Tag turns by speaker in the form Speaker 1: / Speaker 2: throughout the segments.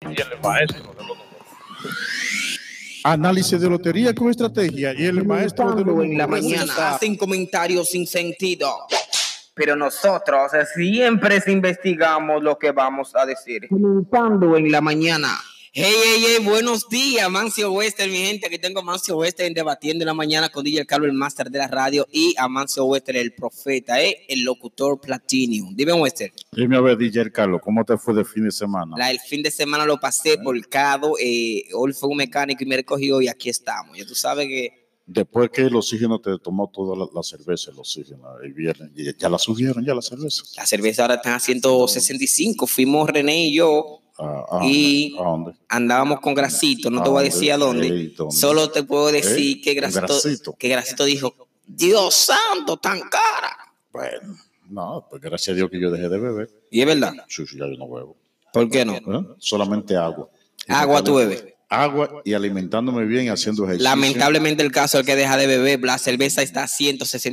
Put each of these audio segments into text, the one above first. Speaker 1: quién le va a eso. no, loco.
Speaker 2: Análisis de lotería con estrategia y el maestro de los
Speaker 3: en la mañana
Speaker 2: números está-
Speaker 3: hacen comentarios sin sentido. Pero nosotros siempre investigamos lo que vamos a decir. Comentando en la mañana. Hey, hey, hey, buenos días, Mancio Western, mi gente. Aquí tengo a Mancio Western debatiendo en la mañana con DJ Carlos, el máster de la radio, y a Mancio Western, el profeta, ¿eh? el locutor Platinum. Dime, Western.
Speaker 4: Dime a ver, DJ Carlos, ¿cómo te fue de fin de semana?
Speaker 3: La- el fin de semana lo pasé volcado. Eh, hoy fue un mecánico y me recogió, y aquí estamos. Ya tú sabes que.
Speaker 4: Después que el oxígeno te tomó toda la, la cerveza, el oxígeno, el viernes, y ya, ya la subieron, ya la cerveza.
Speaker 3: La cerveza ahora está a 165. Fuimos René y yo,
Speaker 4: ¿A, a
Speaker 3: Y-
Speaker 4: dónde? Ah, ¿A dónde?
Speaker 3: andábamos con Grasito, no te voy a decir a dónde.
Speaker 4: Ey, ¿dónde?
Speaker 3: Solo te puedo decir
Speaker 4: Ey,
Speaker 3: que Grasito,
Speaker 4: Grasito.
Speaker 3: que Grasito dijo, Dios santo, tan cara.
Speaker 4: Bueno, no, pues gracias a Dios que yo dejé de beber.
Speaker 3: Y es verdad.
Speaker 4: Sí, sí, ya yo no bebo.
Speaker 3: ¿Por qué no?
Speaker 4: ¿Eh? Solamente agua.
Speaker 3: Agua tú bebes.
Speaker 4: Agua y alimentándome bien y haciendo ejercicio.
Speaker 3: Lamentablemente el caso del que deja de beber, la cerveza está a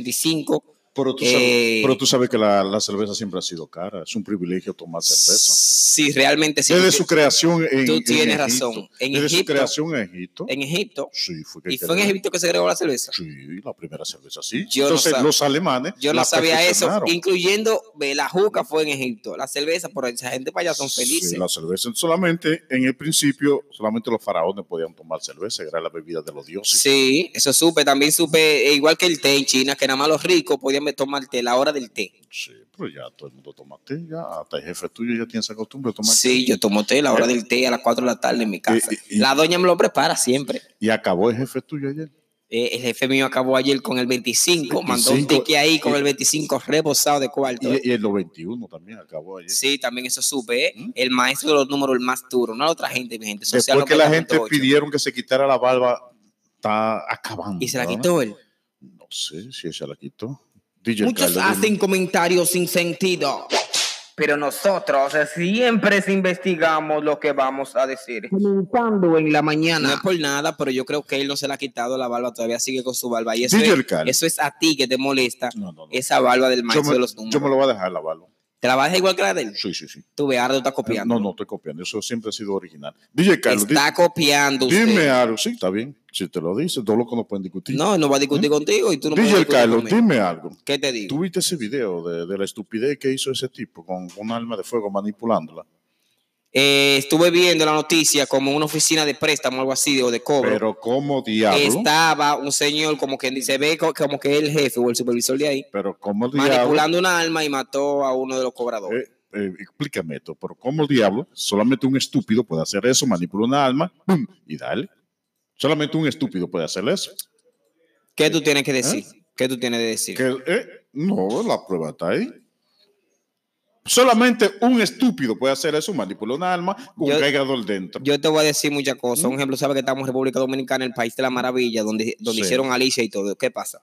Speaker 3: 165.
Speaker 4: Pero tú, sabes,
Speaker 3: Eh.
Speaker 4: pero tú sabes que la, la cerveza siempre ha sido cara. Es un privilegio tomar cerveza.
Speaker 3: Si realmente sí.
Speaker 4: Desde su creación en
Speaker 3: Tú
Speaker 4: en
Speaker 3: tienes
Speaker 4: Egipto.
Speaker 3: razón. En
Speaker 4: Desde su
Speaker 3: Egipto.
Speaker 4: creación en Egipto.
Speaker 3: En Egipto.
Speaker 4: Sí, fue que
Speaker 3: Y fue en
Speaker 4: crearon-
Speaker 3: Egipto que se agregó la cerveza.
Speaker 4: Sí, la primera cerveza, sí.
Speaker 3: Yo no
Speaker 4: Entonces,
Speaker 3: sab-
Speaker 4: los alemanes.
Speaker 3: Yo
Speaker 4: la
Speaker 3: no sabía eso,
Speaker 4: perfeccionaron.
Speaker 3: incluyendo eh, la juca fue en Egipto, la cerveza, por esa gente para allá son felices.
Speaker 4: Sí, la cerveza. Solamente, en el principio, solamente los faraones podían tomar cerveza, era la bebida de los dioses.
Speaker 3: Sí, eso supe, también supe, eh, igual que el té en China, que nada más los ricos podían tomar té, la hora del té.
Speaker 4: Sí, pero ya todo el mundo toma té, ya hasta el jefe tuyo ya tiene esa costumbre de tomar
Speaker 3: Sí,
Speaker 4: té. Eh,
Speaker 3: yo tomo té, la hora del té a las 4 de la tarde en mi casa.
Speaker 4: y- y-
Speaker 3: la doña me lo prepara siempre.
Speaker 4: Y acabó el jefe tuyo ayer.
Speaker 3: Eh, el jefe mío acabó ayer con el 25, mandó un
Speaker 4: 25,
Speaker 3: ticket ahí con
Speaker 4: y-
Speaker 3: el 25 rebosado de cuarto. eh.
Speaker 4: Y, y el 91 también acabó ayer.
Speaker 3: Sí, también eso supe, eh. el maestro de los números, el más duro, no la otra gente, mi gente. Social
Speaker 4: ¿Mm? Después que la gente
Speaker 3: 98.
Speaker 4: pidieron que se quitara la barba, está acabando.
Speaker 3: Y se la
Speaker 4: ¿verdad?
Speaker 3: quitó él.
Speaker 4: No sé si se la quitó. DJ
Speaker 3: Muchos
Speaker 4: Carlos, dime.
Speaker 3: hacen comentarios sin sentido. Pero nosotros siempre investigamos lo que vamos a decir. Comentando en la mañana. No es por nada, pero yo creo que él no se la ha quitado la barba, todavía sigue con su barba. Y eso,
Speaker 4: Dile
Speaker 3: es,
Speaker 4: el cal.
Speaker 3: eso es a ti que te molesta,
Speaker 4: No, no, no.
Speaker 3: esa barba del
Speaker 4: yo
Speaker 3: maestro
Speaker 4: me,
Speaker 3: de los números.
Speaker 4: yo me lo voy a dejar la barba.
Speaker 3: ¿Te la vas a dejar igual que la de él?
Speaker 4: Sí, sí, sí.
Speaker 3: Tu Beardo está copiando.
Speaker 4: No, no estoy copiando. Eso siempre ha sido original. DJ Carlos, di-
Speaker 3: está copiando usted.
Speaker 4: dime algo. Sí, está bien. Si te lo dices, dos locos no pueden discutir.
Speaker 3: No, no va a discutir contigo y tú no me vas a
Speaker 4: DJ
Speaker 3: discutir
Speaker 4: ¿Mm? Carlos,
Speaker 3: conmigo.
Speaker 4: dime algo.
Speaker 3: ¿Qué te digo?
Speaker 4: ¿Tuviste ese video de, de la estupidez que hizo ese tipo con un arma de fuego manipulándola?
Speaker 3: Eh, estuve viendo la noticia como una oficina de préstamo, algo así, o de cobro.
Speaker 4: Pero cómo diablo.
Speaker 3: estaba un señor como que se ve co- como que el jefe o el supervisor de ahí
Speaker 4: Pero cómo diablo.
Speaker 3: manipulando un arma y mató a uno de los cobradores.
Speaker 4: eh, eh, explícame esto. Pero cómo diablo. Solamente un estúpido puede hacer eso. Manipula una arma ¡pum! y dale. Solamente un estúpido puede hacer eso. Eh,
Speaker 3: ¿Qué tú tienes que decir? ¿Qué tú tienes de decir?
Speaker 4: Que, eh, no, la prueba está ahí. Solamente un estúpido puede hacer eso, manipula una alma con
Speaker 3: Yo-
Speaker 4: un cargador dentro.
Speaker 3: Yo te voy a decir muchas cosas. Un
Speaker 4: ¿Mm?
Speaker 3: ejemplo, sabe que estamos en República Dominicana, el país de la maravilla, donde, donde
Speaker 4: Sí. ¿Mm?
Speaker 3: hicieron Alicia y todo. ¿Qué pasa?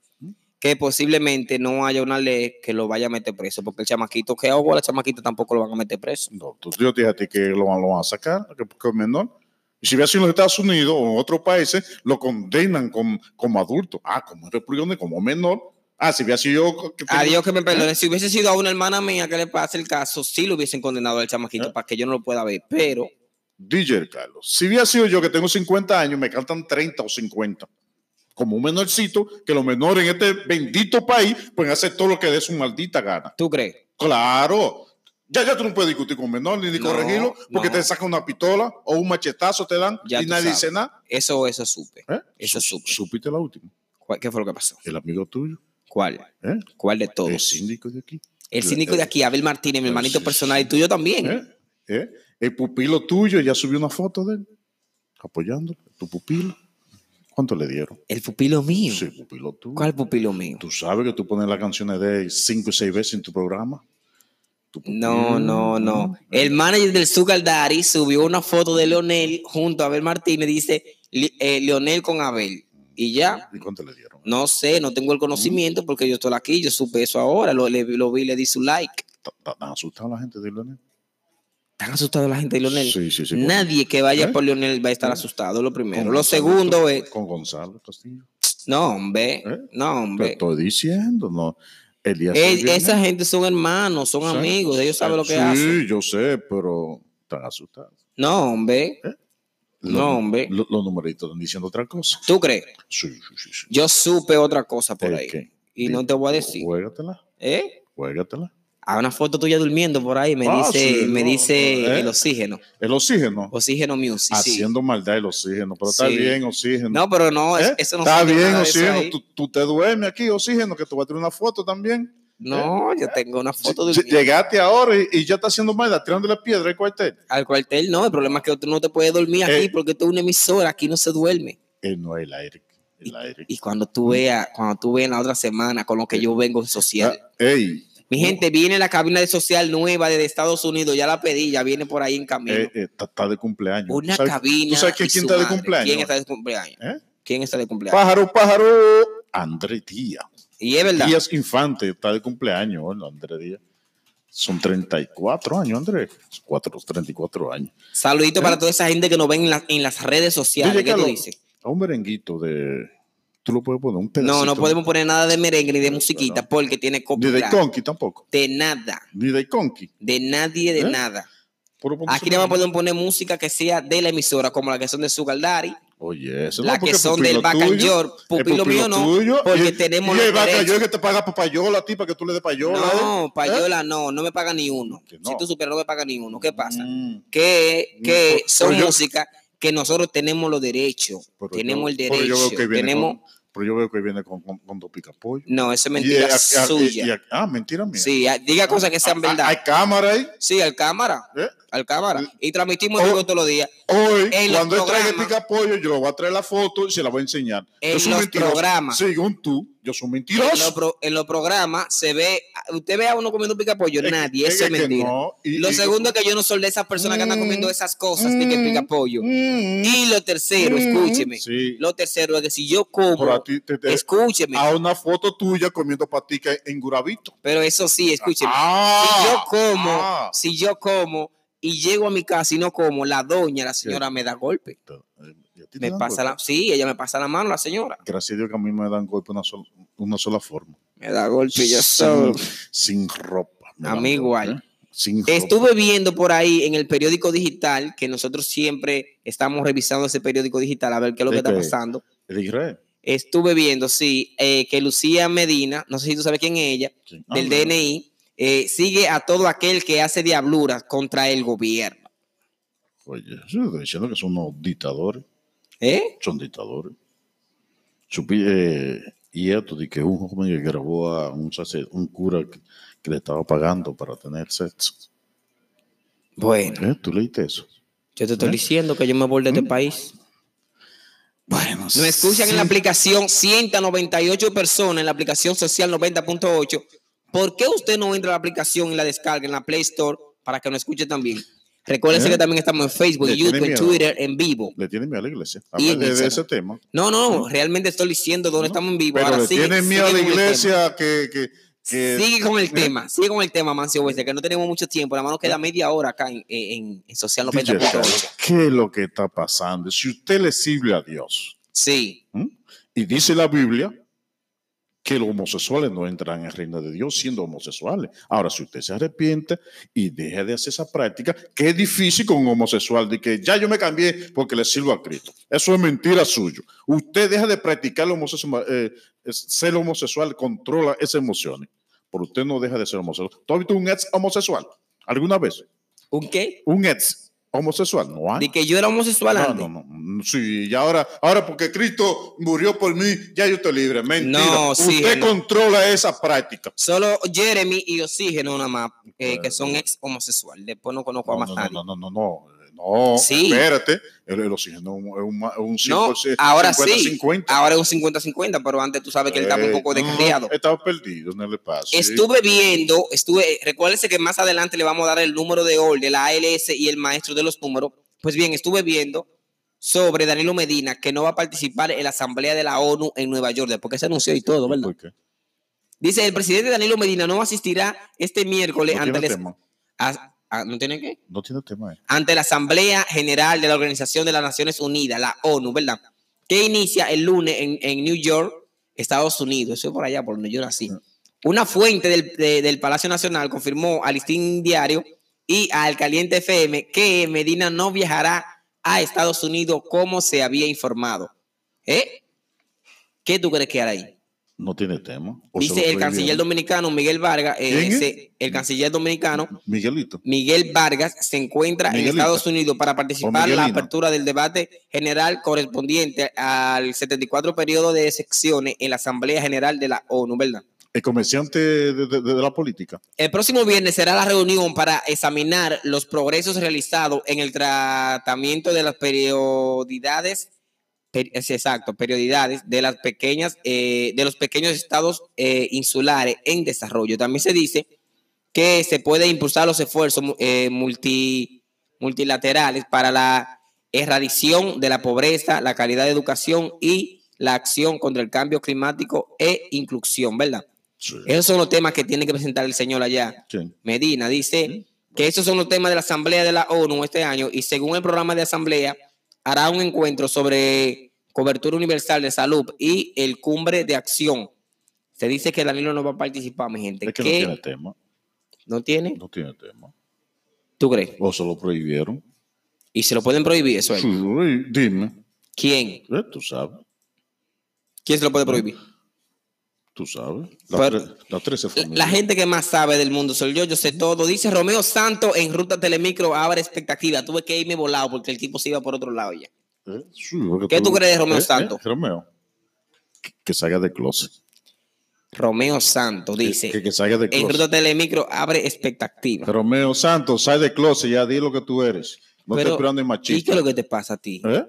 Speaker 3: Que posiblemente no haya una ley que lo vaya a meter preso, porque el chamaquito que ahogó a la chamaquita tampoco lo van a meter preso.
Speaker 4: No, tú- yo te dije a ti que lo, van- lo van a sacar, que porque es menor. Y si hubiera sido en los Estados Unidos o en otros países, lo condenan com- como adulto. Ah, como es republicano y como menor. Ah, si hubiera sido yo. que- que-
Speaker 3: Adiós que me perdone. Si hubiese sido a una hermana mía que le pase el caso, sí lo hubiesen condenado al chamaquito
Speaker 4: ¿Eh?
Speaker 3: para que yo no lo pueda ver. Pero
Speaker 4: DJ Carlos, si hubiera sido yo que tengo 50 años, me cantan 30 o 50. Como un menorcito, que los menores en este bendito país pueden hacer todo lo que dé su maldita gana.
Speaker 3: ¿tú crees?
Speaker 4: Claro. Ya, ya tú no puedes discutir con menor ni, ni
Speaker 3: No,
Speaker 4: corregirlo porque
Speaker 3: no.
Speaker 4: te sacan una pistola o un machetazo te dan
Speaker 3: Ya
Speaker 4: y
Speaker 3: tú
Speaker 4: nadie
Speaker 3: sabes.
Speaker 4: dice nada.
Speaker 3: Eso, eso supe.
Speaker 4: ¿Eh?
Speaker 3: Eso supe.
Speaker 4: Supiste la última.
Speaker 3: ¿Cuál- ¿Qué fue lo que pasó?
Speaker 4: El amigo tuyo,
Speaker 3: ¿Cuál?
Speaker 4: ¿eh?
Speaker 3: ¿Cuál de
Speaker 4: el
Speaker 3: todos?
Speaker 4: síndico de aquí,
Speaker 3: El síndico de aquí, Abel Martínez, mi
Speaker 4: el
Speaker 3: hermanito
Speaker 4: eh, sí-
Speaker 3: personal y tuyo también.
Speaker 4: ¿eh? ¿eh? El pupilo tuyo ya subió una foto de él apoyándolo. Tu pupilo. ¿Cuánto le dieron?
Speaker 3: El pupilo mío.
Speaker 4: Sí, pupilo tuyo.
Speaker 3: ¿Cuál pupilo mío?
Speaker 4: Tú sabes que tú pones las canciones de él cinco y seis veces en tu programa. Tu pupilo.
Speaker 3: No, no, no. El manager del Sugar Daddy subió una foto de Leonel junto a Abel Martínez. Dice Li- eh, Leonel con Abel. Y ya.
Speaker 4: ¿Y cuánto le dieron?
Speaker 3: No sé, no tengo el conocimiento porque yo estoy aquí. Yo supe eso ahora. Lo, le- lo vi, le di su like.
Speaker 4: ¿Está- está- ¿Está asustada la gente de Leonel?
Speaker 3: ¿Están asustados la gente de Leonel?
Speaker 4: Sí, sí, sí, por-
Speaker 3: Nadie que vaya
Speaker 4: ¿Eh?
Speaker 3: por Leonel va a estar
Speaker 4: ¿Eh?
Speaker 3: asustado, lo primero.
Speaker 4: Con
Speaker 3: Lo
Speaker 4: Gonzalo
Speaker 3: segundo
Speaker 4: Castillo-
Speaker 3: es.
Speaker 4: Con Gonzalo Castillo.
Speaker 3: No, hombre.
Speaker 4: ¿Eh?
Speaker 3: No,
Speaker 4: Te
Speaker 3: hombre.
Speaker 4: estoy diciendo, ¿no? Elías
Speaker 3: Ey,
Speaker 4: Servini.
Speaker 3: esa gente son hermanos, son
Speaker 4: Sí.
Speaker 3: amigos, ellos saben lo que
Speaker 4: Sí,
Speaker 3: hacen.
Speaker 4: yo sé, pero están asustados.
Speaker 3: No, hombre.
Speaker 4: Los-
Speaker 3: No, hombre.
Speaker 4: lo- Los numeritos están diciendo otra cosa.
Speaker 3: ¿Tú crees?
Speaker 4: Sí, sí, sí, sí.
Speaker 3: Yo supe otra cosa por
Speaker 4: ¿El
Speaker 3: ahí.
Speaker 4: qué?
Speaker 3: Y no te voy a decir.
Speaker 4: Juégatela,
Speaker 3: ¿Eh?
Speaker 4: juégatela.
Speaker 3: Hay una foto tuya durmiendo por ahí. Me
Speaker 4: Ah,
Speaker 3: dice,
Speaker 4: sí,
Speaker 3: me
Speaker 4: no,
Speaker 3: dice
Speaker 4: no, ¿eh?
Speaker 3: el oxígeno.
Speaker 4: El oxígeno.
Speaker 3: Oxígeno Music. sí.
Speaker 4: haciendo maldad el oxígeno. Pero está
Speaker 3: Sí.
Speaker 4: bien, oxígeno.
Speaker 3: No, pero no, es-
Speaker 4: ¿Eh?
Speaker 3: eso no
Speaker 4: Está
Speaker 3: sale
Speaker 4: bien,
Speaker 3: nada de eso
Speaker 4: oxígeno.
Speaker 3: ahí.
Speaker 4: Tú, tú te duermes aquí, oxígeno, que tú vas a tener una foto también. Eh,
Speaker 3: No, yo tengo una foto
Speaker 4: Ll-
Speaker 3: durmiendo.
Speaker 4: Llegaste ahora y, y ya está haciendo maldad, tirando la piedra al cuartel.
Speaker 3: Al cuartel no, el problema es que tú no te puedes dormir aquí
Speaker 4: Eh.
Speaker 3: porque tú es una emisora, aquí no se duerme.
Speaker 4: Eh, no, el aire. El aire. Eh.
Speaker 3: Y cuando tú veas, cuando tú veas la otra semana con lo que yo vengo en social.
Speaker 4: Ah, ey,
Speaker 3: Mi gente, viene la cabina de social nueva desde Estados Unidos, ya la pedí, ya viene por ahí en camino.
Speaker 4: eh, eh, está, está de cumpleaños.
Speaker 3: una
Speaker 4: ¿Tú sabes-
Speaker 3: cabina.
Speaker 4: ¿Tú sabes
Speaker 3: y
Speaker 4: que quién
Speaker 3: su
Speaker 4: está de
Speaker 3: madre.
Speaker 4: cumpleaños?
Speaker 3: ¿Quién está de cumpleaños?
Speaker 4: ¿Eh?
Speaker 3: ¿Quién está de cumpleaños?
Speaker 4: Pájaro, pájaro. André Díaz.
Speaker 3: Y es verdad.
Speaker 4: Díaz Infante está de cumpleaños, bueno, André Díaz. Son 34 años, André. Cuatro, 34 años.
Speaker 3: Saludito
Speaker 4: ¿Eh?
Speaker 3: para toda esa gente que nos ven en, la- en las redes sociales.
Speaker 4: Oye,
Speaker 3: ¿Qué tú
Speaker 4: Carlos,
Speaker 3: dices?
Speaker 4: a un merenguito de. Tú lo puedes poner un pedacito.
Speaker 3: No, no podemos poner nada de merengue ni de musiquita
Speaker 4: no.
Speaker 3: porque tiene
Speaker 4: Ni de
Speaker 3: copia.
Speaker 4: Conky tampoco.
Speaker 3: De nada.
Speaker 4: Ni de Conky.
Speaker 3: De nadie, de
Speaker 4: ¿Eh?
Speaker 3: nada.
Speaker 4: Puro poner
Speaker 3: Aquí
Speaker 4: su-
Speaker 3: nada más podemos poner música que sea de la emisora, como la que son de Sugar Daddy,
Speaker 4: Oye, eso
Speaker 3: la
Speaker 4: no, porque
Speaker 3: que son del
Speaker 4: pupilo
Speaker 3: Back and
Speaker 4: tuyo,
Speaker 3: York.
Speaker 4: es
Speaker 3: Pupilo mío no,
Speaker 4: tuyo,
Speaker 3: porque
Speaker 4: y-
Speaker 3: tenemos
Speaker 4: y
Speaker 3: los
Speaker 4: el Back and
Speaker 3: derechos.
Speaker 4: York que te paga pa' payola a ti para que tú le des payola. ¿eh?
Speaker 3: No, payola no, no me paga ni uno.
Speaker 4: Que no.
Speaker 3: Si tú superas, no me paga ni uno. ¿Qué pasa?
Speaker 4: Mm,
Speaker 3: Que,
Speaker 4: No,
Speaker 3: que
Speaker 4: pero-
Speaker 3: son
Speaker 4: pero yo-
Speaker 3: música que nosotros tenemos los derechos.
Speaker 4: pero
Speaker 3: Tenemos
Speaker 4: yo-
Speaker 3: el
Speaker 4: pero yo
Speaker 3: derecho.
Speaker 4: veo que viene
Speaker 3: Tenemos.
Speaker 4: con- pero yo veo que viene con, con, con dos picapollos.
Speaker 3: No, eso es mentira
Speaker 4: Y, eh, a- a-
Speaker 3: suya.
Speaker 4: y- y a- ah, mentira mía.
Speaker 3: sí, a- diga cosas que sean
Speaker 4: Ah,
Speaker 3: verdad.
Speaker 4: Hay cámara ahí.
Speaker 3: sí, al cámara.
Speaker 4: ¿eh?
Speaker 3: Al cámara. Y transmitimos
Speaker 4: Oh.
Speaker 3: en vivo todos los días.
Speaker 4: Hoy,
Speaker 3: En los
Speaker 4: cuando él traiga el
Speaker 3: programas.
Speaker 4: picapollo, yo le voy a traer la foto y se la voy a enseñar.
Speaker 3: En
Speaker 4: yo soy
Speaker 3: los
Speaker 4: mentiroso.
Speaker 3: programas.
Speaker 4: Según tú, yo soy
Speaker 3: En los,
Speaker 4: mentiroso.
Speaker 3: pro- en los programas se ve, usted ve a uno comiendo pica pollo,
Speaker 4: Es que-
Speaker 3: nadie,
Speaker 4: es
Speaker 3: eso es
Speaker 4: que
Speaker 3: mentira.
Speaker 4: no, y-
Speaker 3: lo
Speaker 4: y-
Speaker 3: segundo es que yo no soy de esas personas que andan
Speaker 4: Mm,
Speaker 3: comiendo esas cosas, ni que
Speaker 4: mm,
Speaker 3: pica pollo.
Speaker 4: Mm,
Speaker 3: Y lo tercero,
Speaker 4: mm,
Speaker 3: escúcheme,
Speaker 4: sí.
Speaker 3: lo tercero es que si yo
Speaker 4: Por
Speaker 3: como,
Speaker 4: a ti te- te- Ah.
Speaker 3: escúcheme,
Speaker 4: a una foto tuya comiendo patica en Gurabito.
Speaker 3: pero eso sí, escúcheme,
Speaker 4: Ah,
Speaker 3: si yo como,
Speaker 4: ah.
Speaker 3: si yo como y llego a mi casa y no como, la doña, la señora me da golpe.
Speaker 4: ¿Y a ti te eh,
Speaker 3: Me
Speaker 4: dan
Speaker 3: pasa
Speaker 4: golpe?
Speaker 3: la, sí, ella me pasa la mano, la señora.
Speaker 4: Gracias a Dios que a mí me dan golpe una sola, una sola forma.
Speaker 3: Me da golpe, yo
Speaker 4: sin,
Speaker 3: solo.
Speaker 4: sin ropa. me
Speaker 3: A
Speaker 4: dan
Speaker 3: mí
Speaker 4: golpe,
Speaker 3: igual.
Speaker 4: ¿eh? Sin ropa.
Speaker 3: Estuve viendo por ahí en el periódico digital, que nosotros siempre estamos revisando ese periódico digital a ver qué es lo
Speaker 4: ¿De
Speaker 3: que está
Speaker 4: qué?
Speaker 3: pasando.
Speaker 4: El Israel.
Speaker 3: Estuve viendo, sí, eh, que Lucía Medina, no sé si tú sabes quién es ella,
Speaker 4: ¿Quién? Ah,
Speaker 3: del
Speaker 4: mira.
Speaker 3: DNI, eh, sigue a todo aquel que hace diabluras contra el gobierno.
Speaker 4: Oye, yo estoy diciendo que son unos dictadores.
Speaker 3: ¿Eh?
Speaker 4: Son dictadores. Supi- eh, y esto de que un joven que grabó a un, sacer- un cura que, que le estaba pagando para tener sexo.
Speaker 3: Bueno,
Speaker 4: ¿Eh? ¿Tú leíste eso?
Speaker 3: yo te estoy diciendo que yo me voy de este país.
Speaker 4: Bueno,
Speaker 3: Nos escuchan en la
Speaker 4: Mm. sí.
Speaker 3: aplicación 198 personas, en la aplicación social 90.8. ¿Por qué usted no entra a la aplicación y la descarga en la Play Store para que nos escuche también? Recuérdense
Speaker 4: ¿Eh?
Speaker 3: que también estamos en Facebook,
Speaker 4: Le tiene
Speaker 3: YouTube, en
Speaker 4: miedo.
Speaker 3: Twitter, en vivo.
Speaker 4: Le tiene miedo a la iglesia.
Speaker 3: Y
Speaker 4: Habla
Speaker 3: en
Speaker 4: de, de
Speaker 3: Instagram.
Speaker 4: ese tema.
Speaker 3: No, no, realmente estoy diciendo dónde
Speaker 4: ¿no?
Speaker 3: estamos en vivo.
Speaker 4: Pero
Speaker 3: Ahora
Speaker 4: le
Speaker 3: sigue-
Speaker 4: tiene miedo a
Speaker 3: sigue
Speaker 4: la
Speaker 3: con el tema.
Speaker 4: iglesia que. que, que-
Speaker 3: Sigue con el tema, sigue con el tema, Mancio Oeste, que no tenemos mucho tiempo. La mano queda media hora acá en, en- en Social
Speaker 4: DJ,
Speaker 3: 90.8.
Speaker 4: ¿Qué es lo que está pasando? Si usted le sirve a Dios
Speaker 3: Sí,
Speaker 4: ¿m? y dice la Biblia que los homosexuales no entran en el reino de Dios siendo homosexuales. Ahora, si usted se arrepiente y deja de hacer esa práctica, que es difícil con un homosexual de que ya yo me cambié porque le sirvo a Cristo. Eso es mentira suyo. Usted deja de practicar el homosexual, eh, es- ser homosexual, controla esas emociones. Pero usted no deja de ser homosexual. ¿Tú has visto un ex homosexual alguna vez?
Speaker 3: ¿un qué?
Speaker 4: un ex homosexual. No hay.
Speaker 3: De que yo era homosexual
Speaker 4: Ah, No,
Speaker 3: antes.
Speaker 4: no, no, no, Sí, y ahora, ahora porque Cristo murió por mí, ya yo estoy libre. Mentira.
Speaker 3: No, sí,
Speaker 4: Usted
Speaker 3: no.
Speaker 4: controla esa práctica.
Speaker 3: Solo Jeremy y Oxígeno nada más, eh, que
Speaker 4: Bueno.
Speaker 3: son ex homosexual. Después no conozco
Speaker 4: No,
Speaker 3: a más
Speaker 4: no,
Speaker 3: nadie.
Speaker 4: no, no, no, no. no,
Speaker 3: Sí.
Speaker 4: espérate. El, el oxígeno es un, es un eh,
Speaker 3: No,
Speaker 4: 100%,
Speaker 3: ahora
Speaker 4: 50,
Speaker 3: sí.
Speaker 4: 50.
Speaker 3: Ahora es un 50-50, pero antes tú sabes que él estaba un
Speaker 4: Eh,
Speaker 3: poco
Speaker 4: no, no,
Speaker 3: descriado.
Speaker 4: Estaba perdido en el espacio.
Speaker 3: Estuve viendo, estuve, recuérdense que más adelante le vamos a dar el número de OL de la ALS y el maestro de los números. Pues bien, estuve viendo sobre Danilo Medina que no va a participar en la asamblea de la ONU en Nueva York, porque se anunció y todo, ¿verdad?
Speaker 4: ¿Por qué?
Speaker 3: Dice, el presidente Danilo Medina no asistirá este miércoles
Speaker 4: No
Speaker 3: ante
Speaker 4: tiene
Speaker 3: la-
Speaker 4: tema.
Speaker 3: a- a- Ah, ¿No tiene qué?
Speaker 4: No tiene tema. eh.
Speaker 3: ante la Asamblea General de la Organización de las Naciones Unidas, la ONU, ¿verdad? Que inicia el lunes en, en New York, Estados Unidos. Eso es por allá, por New York, así. Una fuente del, de- del Palacio Nacional confirmó al Listín Diario y al Caliente FM que Medina no viajará a Estados Unidos como se había informado. ¿Eh? ¿Qué tú crees que hará ahí?
Speaker 4: No tiene tema. O se
Speaker 3: Dice el
Speaker 4: lo prohibieron.
Speaker 3: canciller dominicano Miguel Vargas, eh,
Speaker 4: ¿Quién es?
Speaker 3: se- el canciller dominicano
Speaker 4: Miguelito.
Speaker 3: Miguel Vargas se encuentra en
Speaker 4: Miguelito.
Speaker 3: Estados Unidos para participar en la
Speaker 4: Miguelino.
Speaker 3: apertura del debate general correspondiente al 74 periodo de secciones en la Asamblea General de la ONU, ¿verdad?
Speaker 4: El comerciante de, de- de la política.
Speaker 3: El próximo viernes será la reunión para examinar los progresos realizados en el tratamiento de las periodidades, per- es exacto, periodidades de las pequeñas, eh, de los pequeños estados eh, insulares en desarrollo. También se dice que se puede impulsar los esfuerzos mu- eh, multi- multilaterales para la erradicación de la pobreza, la calidad de educación y la acción contra el cambio climático e inclusión, ¿verdad?
Speaker 4: Sí.
Speaker 3: Esos son los temas que tiene que presentar el señor allá.
Speaker 4: Sí.
Speaker 3: Medina dice que esos son los temas de la Asamblea de la ONU este año y según el programa de Asamblea hará un encuentro sobre cobertura universal de salud y el cumbre de acción. Se dice que Danilo no va a participar, mi gente.
Speaker 4: Es que
Speaker 3: ¿Qué?
Speaker 4: no tiene tema.
Speaker 3: ¿No tiene?
Speaker 4: No tiene tema.
Speaker 3: ¿Tú crees?
Speaker 4: O se lo prohibieron.
Speaker 3: Y se lo pueden prohibir eso. es.
Speaker 4: Sí, Pues, dime.
Speaker 3: ¿Quién?
Speaker 4: Eh, tú sabes.
Speaker 3: ¿Quién se lo puede prohibir?
Speaker 4: Tú sabes. La,
Speaker 3: Pero-
Speaker 4: tre- la 13 familia.
Speaker 3: La gente que más sabe del mundo soy yo, yo sé todo. Dice Romeo Santos en Ruta Telemicro, abre expectativa. Tuve que irme volado porque el tipo se iba por otro lado ya.
Speaker 4: Eh, sí, porque
Speaker 3: ¿Qué tú crees de Romeo Santos?
Speaker 4: Eh, Romeo. Que, que salga de closet.
Speaker 3: Romeo Santos
Speaker 4: Que-
Speaker 3: dice,
Speaker 4: Que, que salga de
Speaker 3: en
Speaker 4: closet.
Speaker 3: Ruta Telemicro abre expectativa.
Speaker 4: Romeo Santos, sal de closet, ya di lo que tú eres. No
Speaker 3: Pero,
Speaker 4: estoy esperando en
Speaker 3: ¿Y qué
Speaker 4: machista.
Speaker 3: es lo que te pasa a ti?
Speaker 4: ¿Eh?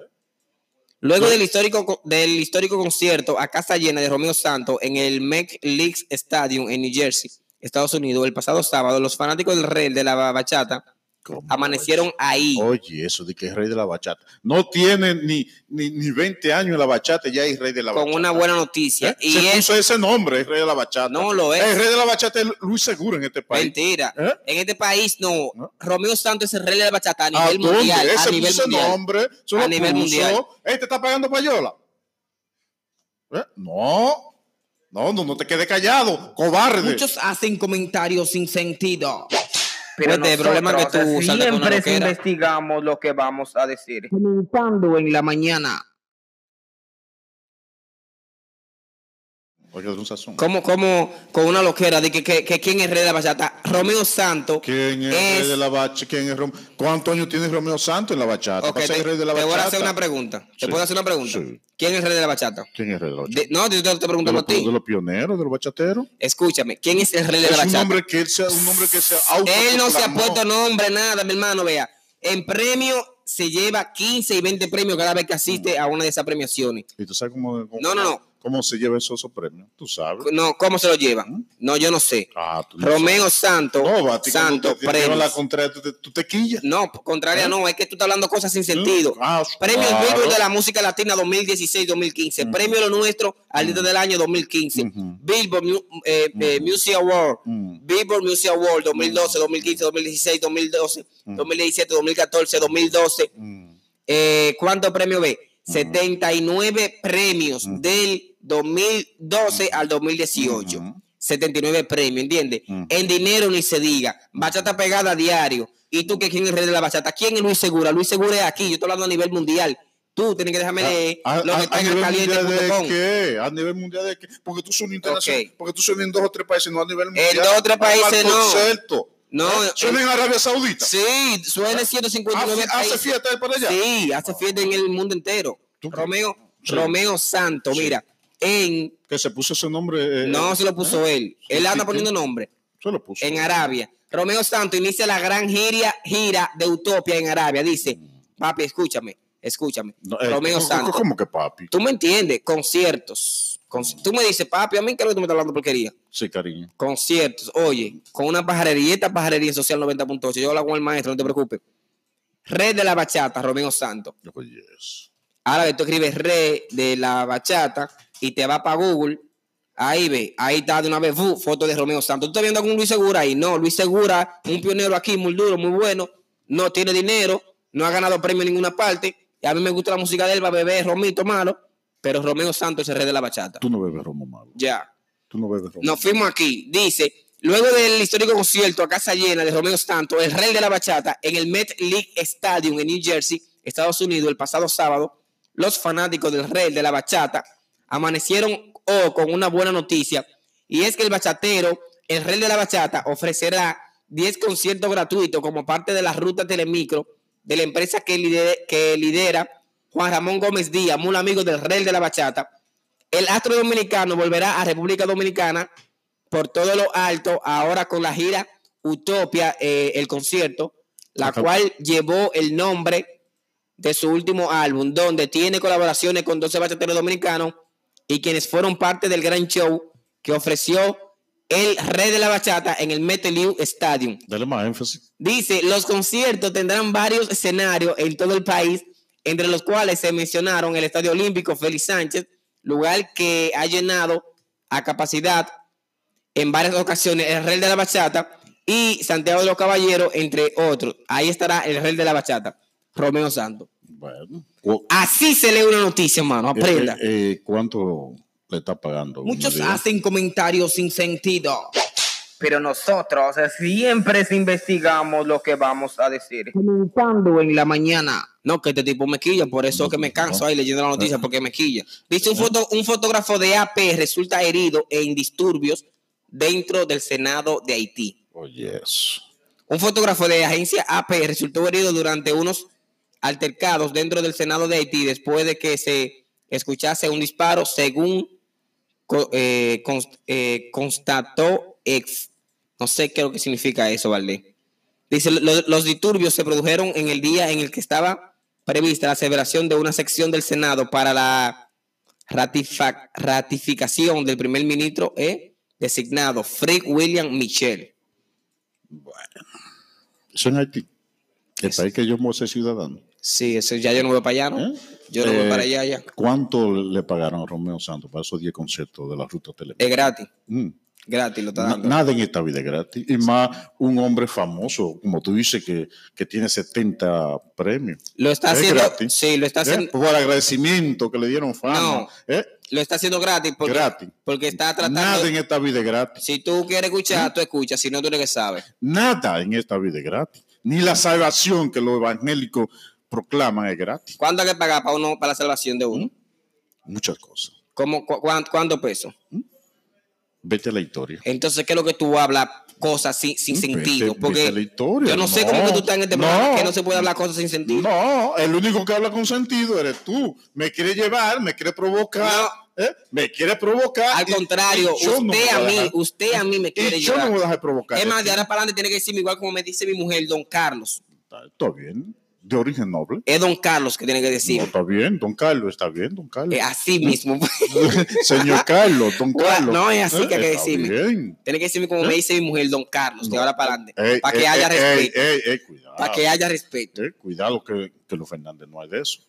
Speaker 3: Luego
Speaker 4: No.
Speaker 3: del histórico, co- del histórico concierto a casa llena de Romeo Santos en el Mac Leagues Stadium en New Jersey, Estados Unidos, el pasado sábado, los fanáticos del rey de la ba- bachata
Speaker 4: ¿Cómo?
Speaker 3: amanecieron ahí.
Speaker 4: Oye, eso de que es rey de la bachata. No tiene ni, ni, ni 20 años la bachata, ya es rey de la
Speaker 3: con
Speaker 4: bachata.
Speaker 3: una buena noticia.
Speaker 4: ¿Eh?
Speaker 3: Y
Speaker 4: Se
Speaker 3: es
Speaker 4: puso ese nombre, es rey de la bachata.
Speaker 3: No lo es.
Speaker 4: El rey de la bachata es Luis Seguro en este país.
Speaker 3: mentira.
Speaker 4: ¿Eh?
Speaker 3: En este país no.
Speaker 4: ¿No?
Speaker 3: Romeo Santos es el rey de la bachata a
Speaker 4: ¿A
Speaker 3: nivel
Speaker 4: dónde?
Speaker 3: mundial.
Speaker 4: Ese
Speaker 3: A nivel
Speaker 4: puso
Speaker 3: mundial.
Speaker 4: nombre, se
Speaker 3: A
Speaker 4: lo
Speaker 3: nivel
Speaker 4: puso.
Speaker 3: mundial.
Speaker 4: Este está pagando payola. ¿Eh? No. No, no, no te quedes callado, cobarde.
Speaker 3: Muchos hacen comentarios sin sentido.
Speaker 1: Pero
Speaker 3: Pues, el problema es que
Speaker 1: nosotros
Speaker 3: tú sales con una
Speaker 1: siempre
Speaker 3: loquera.
Speaker 1: investigamos lo que vamos a decir.
Speaker 3: Comentando en la mañana.
Speaker 4: Oye, es un sazón.
Speaker 3: Como, como con una loquera de que, que, que quién es rey de la bachata. Romeo Santos.
Speaker 4: ¿Quién es,
Speaker 3: Es-
Speaker 4: rey de la bachata? ¿Quién es Rom- ¿Cuántos años tiene Romeo Santos en la bachata?
Speaker 3: Ok,
Speaker 4: ¿Para ser
Speaker 3: te,
Speaker 4: rey de la
Speaker 3: te voy a
Speaker 4: bachata?
Speaker 3: hacer una pregunta. ¿Te
Speaker 4: Sí.
Speaker 3: puedo hacer una pregunta?
Speaker 4: Sí.
Speaker 3: ¿Quién es el rey de la bachata?
Speaker 4: ¿Quién es rey de la bachata?
Speaker 3: De- no, yo te estoy
Speaker 4: de,
Speaker 3: preguntando
Speaker 4: los,
Speaker 3: a ti.
Speaker 4: de los pioneros, de los bachateros.
Speaker 3: Escúchame, ¿quién es el rey de la
Speaker 4: Es un
Speaker 3: bachata?
Speaker 4: hombre que él sea, un hombre que sea
Speaker 3: Él no se ha
Speaker 4: autoproclamó.
Speaker 3: puesto nombre, nada, mi hermano, vea. En premio se lleva 15 y 20 premios cada vez que asiste a una de esas premiaciones.
Speaker 4: ¿Y tú sabes cómo, cómo-
Speaker 3: No, no, no.
Speaker 4: cómo se lleva esos, esos premios? Tú sabes.
Speaker 3: No, ¿cómo se lo lleva? No, yo no sé.
Speaker 4: Ah, tú no
Speaker 3: Romeo Santos,
Speaker 4: sabes. No, Bati, cuando
Speaker 3: Santos,
Speaker 4: te- te lleva
Speaker 3: premios.
Speaker 4: la contraria, tú te, tú te quillas.
Speaker 3: No, contraria
Speaker 4: ¿Eh?
Speaker 3: no, es que tú estás hablando cosas sin sentido.
Speaker 4: Ah,
Speaker 3: Premio
Speaker 4: claro. Mm.
Speaker 3: Billboard de la música latina 2016-2015. Premio Lo Nuestro al del año 2015.
Speaker 4: Ujú.
Speaker 3: Billboard Mu- eh, eh, Music Award.
Speaker 4: Mm.
Speaker 3: Billboard Music Award 2012, 2015, 2016, 2012, 2017, 2014, 2012.
Speaker 4: Mm.
Speaker 3: Eh, ¿Cuántos premios ve? 79 premios del 2012 al 2018.
Speaker 4: Ujú.
Speaker 3: 79 premios, ¿entiendes?
Speaker 4: Ujú.
Speaker 3: En dinero ni se diga. Bachata pegada a diario. ¿Y tú que quién es el rey de la bachata? ¿Quién es Luis Segura? Luis Segura es aquí. Yo estoy hablando a nivel mundial. Tú tienes que dejarme leer
Speaker 4: A,
Speaker 3: lo
Speaker 4: a-
Speaker 3: que
Speaker 4: Ah, a
Speaker 3: está en
Speaker 4: nivel mundial
Speaker 3: caliente.com.
Speaker 4: de qué? A nivel mundial de qué? Porque tú son internacional,
Speaker 3: Ok.
Speaker 4: porque tú son en dos o tres países, no a nivel mundial.
Speaker 3: dos o tres países, no.
Speaker 4: Concepto.
Speaker 3: No, eh,
Speaker 4: Son en Arabia Saudita.
Speaker 3: Sí, suena
Speaker 4: Hace,
Speaker 3: 159
Speaker 4: Ah, hace
Speaker 3: países.
Speaker 4: fiesta ahí para allá.
Speaker 3: Sí, hace fiesta en el mundo entero.
Speaker 4: ¿Tú crees?
Speaker 3: Romeo,
Speaker 4: Sí.
Speaker 3: Romeo Santo,
Speaker 4: Sí.
Speaker 3: mira, en
Speaker 4: Que se puso ese nombre. eh,
Speaker 3: no
Speaker 4: eh,
Speaker 3: se lo puso él. Él
Speaker 4: Sí,
Speaker 3: anda
Speaker 4: sí.
Speaker 3: poniendo nombre
Speaker 4: Se lo puso.
Speaker 3: en Arabia. Romeo Santo inicia la gran gira, gira de Utopia en Arabia. Dice, papi, escúchame, escúchame.
Speaker 4: No, eh,
Speaker 3: Romeo
Speaker 4: ¿cómo-
Speaker 3: Santo.
Speaker 4: ¿Cómo que papi?
Speaker 3: Tú me entiendes, conciertos. Con- tú me dices, papi, a mí creo que tú me estás hablando porquería.
Speaker 4: Sí, cariño.
Speaker 3: Conciertos, oye, con una pajarería, y esta pajarería en social 90.8. Yo hablo con el maestro, no te preocupes. Red de la bachata, Romeo Santo.
Speaker 4: Oye, eso.
Speaker 3: Ahora tú escribes re de la bachata y te va para Google. Ahí ve, ahí está de una vez fu, foto de Romeo Santos. ¿Tú estás viendo algún Luis Segura ahí? No, Luis Segura, un pionero aquí, muy duro, muy bueno. No tiene dinero, no ha ganado premio en ninguna parte. Y a mí me gusta la música de él, va a beber Romito malo. Pero Romeo Santos es el rey de la bachata.
Speaker 4: Tú no bebes romo malo.
Speaker 3: Ya.
Speaker 4: Tú no bebes romo.
Speaker 3: Nos fuimos aquí. Dice, Luego del histórico concierto a casa llena de Romeo Santos, el rey de la bachata, en el Met League Stadium en New Jersey, Estados Unidos, el pasado sábado, los fanáticos del rey de la bachata amanecieron oh, con una buena noticia, y es que el bachatero, el rey de la bachata, ofrecerá 10 conciertos gratuitos como parte de la ruta Telemicro de la empresa que lidera, que lidera Juan Ramón Gómez Díaz, muy amigo del rey de la bachata. El astro dominicano volverá a República Dominicana por todo lo alto, ahora con la gira Utopia, eh, el concierto, la
Speaker 4: Ajá.
Speaker 3: cual llevó el nombre de su último álbum, donde tiene colaboraciones con 12 bachateros dominicanos y quienes fueron parte del gran show que ofreció el Rey de la Bachata en el Meteliu Stadium.
Speaker 4: Dale más énfasis.
Speaker 3: Dice, los conciertos tendrán varios escenarios en todo el país, entre los cuales se mencionaron el Estadio Olímpico Félix Sánchez, lugar que ha llenado a capacidad en varias ocasiones el Rey de la Bachata y Santiago de los Caballeros, entre otros. Ahí estará el Rey de la Bachata, Romeo Santos.
Speaker 4: Bueno. Cu-
Speaker 3: Así se lee una noticia, mano.
Speaker 4: eh,
Speaker 3: Aprenda.
Speaker 4: eh, eh, ¿Cuánto le está pagando?
Speaker 3: Muchos
Speaker 4: Una idea.
Speaker 3: hacen comentarios sin sentido.
Speaker 1: Pero nosotros siempre investigamos lo que vamos a decir.
Speaker 3: comentando en la mañana. No, que este tipo me quilla, por eso
Speaker 4: No,
Speaker 3: que me
Speaker 4: no.
Speaker 3: canso ahí leyendo la noticia, porque me quilla. Dice un, foto, un fotógrafo de AP resulta herido en disturbios dentro del Senado de Haití.
Speaker 4: Oye, eso.
Speaker 3: Un fotógrafo de agencia AP resultó herido durante unos altercados dentro del Senado de Haití después de que se escuchase un disparo, según co- eh, const- eh, constató ex. No sé qué es lo que significa eso, Valdés. Dice, "Lo- los disturbios se produjeron en el día en el que estaba prevista la celebración de una sección del Senado para la ratifa- ratificación del primer ministro eh, designado, Frank William Michel.
Speaker 4: Eso en Haití. El país que yo me soy ciudadano.
Speaker 3: Sí, eso ya yo no voy para allá, ¿no?
Speaker 4: ¿eh?
Speaker 3: Yo no voy
Speaker 4: Eh,
Speaker 3: para allá, ya.
Speaker 4: ¿Cuánto le pagaron a Romeo Santos para esos 10 conciertos de la ruta tele?
Speaker 3: Es gratis,
Speaker 4: Mm.
Speaker 3: gratis lo está
Speaker 4: Na-
Speaker 3: dando.
Speaker 4: nada en esta vida es gratis. Y más un hombre famoso, como tú dices, que, que tiene 70 premios.
Speaker 3: lo está
Speaker 4: es
Speaker 3: haciendo,
Speaker 4: gratis.
Speaker 3: sí, lo está
Speaker 4: ¿eh?
Speaker 3: haciendo,
Speaker 4: Por agradecimiento que le dieron fama.
Speaker 3: No.
Speaker 4: ¿eh?
Speaker 3: lo está haciendo gratis porque,
Speaker 4: Gratis.
Speaker 3: porque está tratando.
Speaker 4: Nada en ¿Mm? esta vida es gratis.
Speaker 3: Si tú quieres escuchar, tú escuchas, si no, tú eres que sabes.
Speaker 4: Nada en esta vida es gratis. Ni la salvación que los evangélicos proclaman es gratis.
Speaker 3: ¿Cuánto hay que pagar para uno para la salvación de uno?
Speaker 4: ¿Mm? Muchas cosas.
Speaker 3: ¿Cómo, cu- cuán- ¿Cuánto peso?
Speaker 4: Vete a la historia.
Speaker 3: Entonces, ¿qué es lo que tú hablas? Cosas sin, sin
Speaker 4: Vete-
Speaker 3: sentido.
Speaker 4: vete
Speaker 3: Porque
Speaker 4: a la historia,
Speaker 3: yo no, sé cómo
Speaker 4: no,
Speaker 3: que tú estás en este
Speaker 4: no.
Speaker 3: programa que no se puede hablar cosas sin sentido.
Speaker 4: No, el único que habla con sentido eres tú. Me quiere llevar, me quiere provocar. ¿eh? Me quiere provocar.
Speaker 3: Al
Speaker 4: y-
Speaker 3: contrario,
Speaker 4: y yo no
Speaker 3: usted
Speaker 4: me
Speaker 3: a
Speaker 4: voy
Speaker 3: mí,
Speaker 4: dejar.
Speaker 3: usted a mí me quiere
Speaker 4: Y yo no
Speaker 3: llevar.
Speaker 4: me voy a dejar provocar.
Speaker 3: es más,
Speaker 4: de
Speaker 3: de ahora para adelante tiene que decirme igual como me dice mi mujer, don Carlos.
Speaker 4: ti. Está, está bien, de origen noble.
Speaker 3: Es don Carlos que tiene que
Speaker 4: No,
Speaker 3: decir.
Speaker 4: está bien, don Carlos, está bien, don Carlos.
Speaker 3: Eh, así mismo.
Speaker 4: Señor Carlos, don
Speaker 3: Eh, Bueno,
Speaker 4: Carlos. Eh,
Speaker 3: no, es así que hay que
Speaker 4: Está
Speaker 3: decirme.
Speaker 4: bien.
Speaker 3: tiene que decirme como me dice mi mujer, don Carlos, de
Speaker 4: No.
Speaker 3: ahora para adelante.
Speaker 4: Ey,
Speaker 3: Para
Speaker 4: ey,
Speaker 3: que haya
Speaker 4: ey,
Speaker 3: respeto.
Speaker 4: ey, ey, cuidado.
Speaker 3: Para que haya respeto.
Speaker 4: Eh, cuidado que, que los Fernández no hay de eso.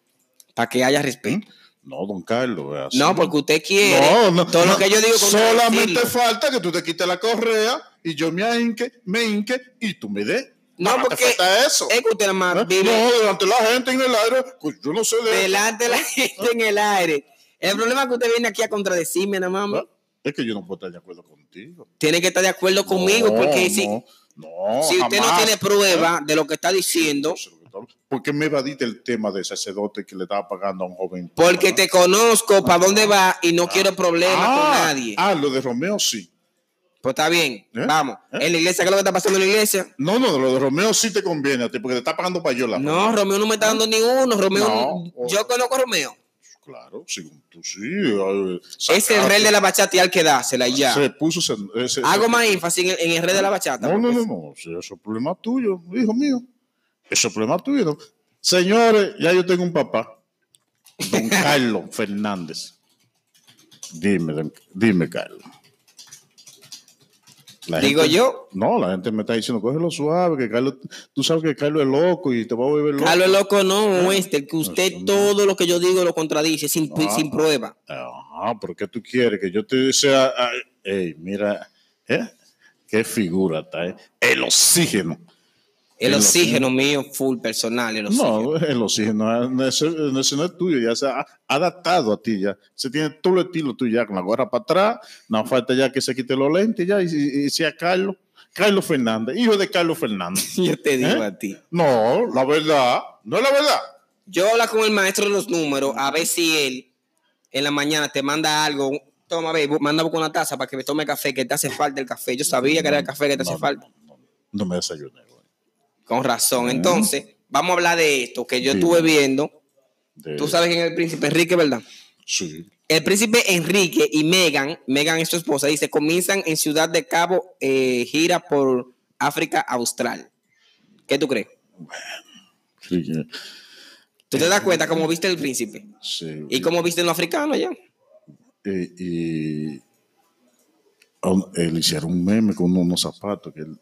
Speaker 3: Para que haya respeto.
Speaker 4: No, don Carlos. es ¿Mm? así.
Speaker 3: No, pues porque usted quiere. todo lo que yo digo con
Speaker 4: Solamente
Speaker 3: decirlo.
Speaker 4: falta que tú te quites la correa y yo me hinque, me hinque y tú me des.
Speaker 3: No,
Speaker 4: Nada más te
Speaker 3: porque
Speaker 4: falta eso.
Speaker 3: Es que usted nada
Speaker 4: ¿Eh?
Speaker 3: más vive
Speaker 4: No, delante de la gente en el aire, pues yo no sé de eso.
Speaker 3: delante de la gente en el aire. El problema es que usted viene aquí a contradecirme, nada más.
Speaker 4: ¿Eh? Es que yo no puedo estar de acuerdo contigo.
Speaker 3: Tiene que estar de acuerdo conmigo,
Speaker 4: No,
Speaker 3: porque si,
Speaker 4: no, no,
Speaker 3: si usted no
Speaker 4: jamás. ¿eh?
Speaker 3: tiene prueba de lo que está
Speaker 4: No
Speaker 3: diciendo,
Speaker 4: sé lo que estamos- ¿Por qué me evadiste el tema de sacerdote que le estaba pagando a un joven?
Speaker 3: porque te conozco para dónde va y no quiero problemas con
Speaker 4: Ah,
Speaker 3: nadie.
Speaker 4: Ah, lo de Romeo sí.
Speaker 3: Pues está bien,
Speaker 4: ¿Eh?
Speaker 3: vamos. En la iglesia, ¿qué es lo que está pasando en la iglesia?
Speaker 4: No, no, lo de Romeo sí te conviene a ti porque te está pagando payola.
Speaker 3: No, Romeo no me está dando ni uno. Romeo,
Speaker 4: ¿Eh? No. oh.
Speaker 3: yo conozco a Romeo.
Speaker 4: Claro, según tú sí. eh,
Speaker 3: Es el
Speaker 4: sacaste-
Speaker 3: rey de la bachata y al que dásela y ya.
Speaker 4: Se puso. se- ese-
Speaker 3: Hago pues.
Speaker 4: ese-
Speaker 3: más énfasis en el, en el rey de la bachata.
Speaker 4: No, no,
Speaker 3: porque
Speaker 4: no, no. si Eso es problema tuyo, hijo mío. Eso es problema tuyo. ¿no? Señores, ya yo tengo un papá. Don Carlos Fernández. Dime, don- dime, Carlos. La
Speaker 3: Digo
Speaker 4: gente-
Speaker 3: yo.
Speaker 4: No, la gente me está diciendo, cógelo suave, que Carlos, tú sabes que Carlos es loco y te va a volver loco.
Speaker 3: Carlos Loco no, este, el que usted
Speaker 4: ¿Eh? Eso no.
Speaker 3: todo lo que yo digo lo contradice sin,
Speaker 4: No.
Speaker 3: sin prueba.
Speaker 4: Ajá, ¿por qué tú quieres que yo te sea? ah, Ey, mira, ¿eh? qué figura está, ¿eh? el oxígeno.
Speaker 3: El
Speaker 4: El
Speaker 3: oxígeno mío, full personal, el oxígeno.
Speaker 4: No, el oxígeno ah, no es, no es- no es tuyo, ya se ha adaptado a ti ya. Se tiene todo el estilo tuyo ya, con la gorra para atrás, no falta ya que se quite los lentes ya y, y- y sea Carlos, Carlos Fernández, hijo de Carlos Fernández.
Speaker 3: Yo te digo
Speaker 4: ¿Eh?
Speaker 3: a ti.
Speaker 4: No, la verdad, no es la verdad.
Speaker 3: Yo hablo con el maestro de los números, a ver si él en la mañana te manda algo. Toma, ve, bu- manda con una taza para que me tome café, que te hace falta el café. Yo sabía que era el café que te
Speaker 4: No,
Speaker 3: hace
Speaker 4: no,
Speaker 3: falta.
Speaker 4: No, no me desayuné. güey.
Speaker 3: Con razón. Entonces, vamos a hablar de esto que yo
Speaker 4: Sí.
Speaker 3: estuve viendo.
Speaker 4: De-
Speaker 3: Tú sabes quién es el príncipe Enrique, ¿verdad?
Speaker 4: Sí.
Speaker 3: El príncipe Enrique y Megan, Megan es su esposa, dice, comienzan en Ciudad de Cabo eh, gira por África Austral. ¿Qué tú crees?
Speaker 4: Sí, que-
Speaker 3: ¿Tú te das cuenta cómo viste el príncipe?
Speaker 4: sí,
Speaker 3: ¿Y cómo viste los africanos allá?
Speaker 4: y- y- a un- eh, le hicieron un meme con unos zapatos que él-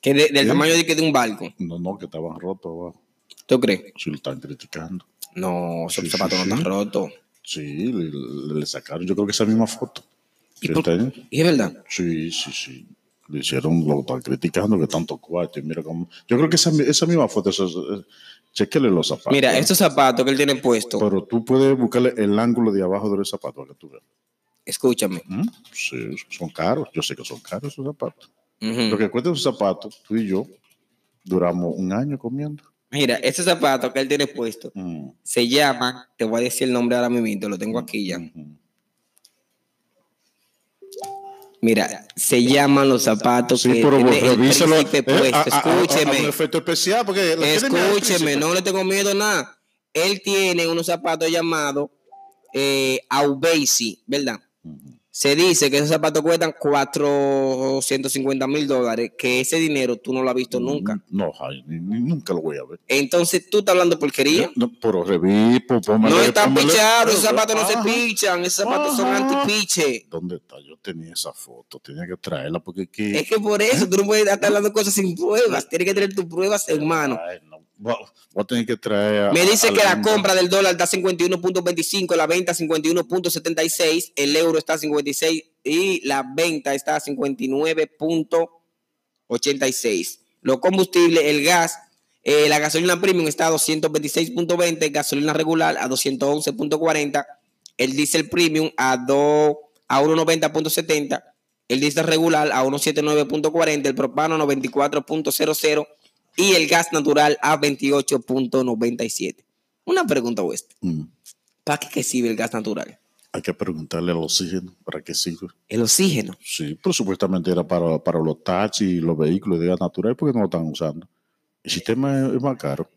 Speaker 3: Que de- del
Speaker 4: ¿Sí?
Speaker 3: tamaño de, que de un barco.
Speaker 4: no, no, que estaban rotos abajo.
Speaker 3: ¿Tú crees?
Speaker 4: Sí, lo están criticando.
Speaker 3: No, esos
Speaker 4: Sí, sí,
Speaker 3: zapatos
Speaker 4: sí.
Speaker 3: no están rotos.
Speaker 4: Sí, le, le- le sacaron, yo creo que esa misma foto.
Speaker 3: ¿Y,
Speaker 4: que
Speaker 3: por-
Speaker 4: está ahí.
Speaker 3: ¿Y es verdad?
Speaker 4: Sí, sí, sí. Le hicieron, lo están criticando que tanto cuate. Mira cómo. Yo creo que esa, mi- esa misma foto, eso, es- chequele los zapatos.
Speaker 3: Mira, estos zapatos que él tiene puesto,
Speaker 4: Pero tú puedes buscarle el ángulo de abajo de los zapatos que tú veas.
Speaker 3: escúchame.
Speaker 4: ¿Mm? Sí, son caros. Yo sé que son caros esos zapatos.
Speaker 3: Ujú.
Speaker 4: Lo que cuesta esos zapatos, tú y yo, duramos un año comiendo.
Speaker 3: Mira, estos zapatos que él tiene puesto
Speaker 4: Mm.
Speaker 3: se llaman, te voy a decir el nombre ahora mismo, lo tengo aquí ya.
Speaker 4: Ujú.
Speaker 3: Mira, se llaman los zapatos
Speaker 4: Sí,
Speaker 3: que
Speaker 4: pero
Speaker 3: tiene
Speaker 4: vos
Speaker 3: el
Speaker 4: revísalo.
Speaker 3: príncipe
Speaker 4: eh,
Speaker 3: puesto.
Speaker 4: a- a- a- a un
Speaker 3: Escúcheme,
Speaker 4: efecto especial, porque. le tiene miedo al
Speaker 3: escúcheme,
Speaker 4: príncipe.
Speaker 3: no le tengo miedo a nada. Él tiene unos zapatos llamados eh, Aubacy, ¿verdad?
Speaker 4: Ujú.
Speaker 3: Se dice que esos zapatos cuestan 450 mil dólares, que ese dinero tú no lo has visto nunca.
Speaker 4: No, Jai, ni- ni- nunca lo voy a ver. ¿Eh?
Speaker 3: Entonces tú estás hablando porquería.
Speaker 4: No, pero revipo, pómelo.
Speaker 3: no están pichados, esos
Speaker 4: Esos
Speaker 3: zapatos no se pichan, esos zapatos son
Speaker 4: Ajá.
Speaker 3: antipiche.
Speaker 4: ah, ¿Dónde está? Yo tenía esa foto, tenía que traerla porque aquí.
Speaker 3: Es que por eso tú no puedes estar hablando cosas sin pruebas. Tienes que tener tus pruebas, hermano.
Speaker 4: Ay, no, Voy a- voy a tener que traer. eh, a-
Speaker 3: Me dice
Speaker 4: a
Speaker 3: que la
Speaker 4: Linda.
Speaker 3: compra del dólar está 51.25, la venta 51.76, el euro está 56 y la venta está 59.86. Los combustibles, el gas, eh, la gasolina premium está a 226.20, gasolina regular a 211.40, el diésel premium a, 2 a 1.90.70, el diésel regular a 1.79.40, el propano 94.00 y el gas natural a 28.97. Una pregunta, West.
Speaker 4: Mm,
Speaker 3: ¿Para qué que sirve el gas natural?
Speaker 4: Hay que preguntarle al oxígeno para qué sirve.
Speaker 3: El oxígeno.
Speaker 4: Sí, pero supuestamente era para, para los taxis y los vehículos de gas natural porque no lo están usando. El sistema es, es más caro.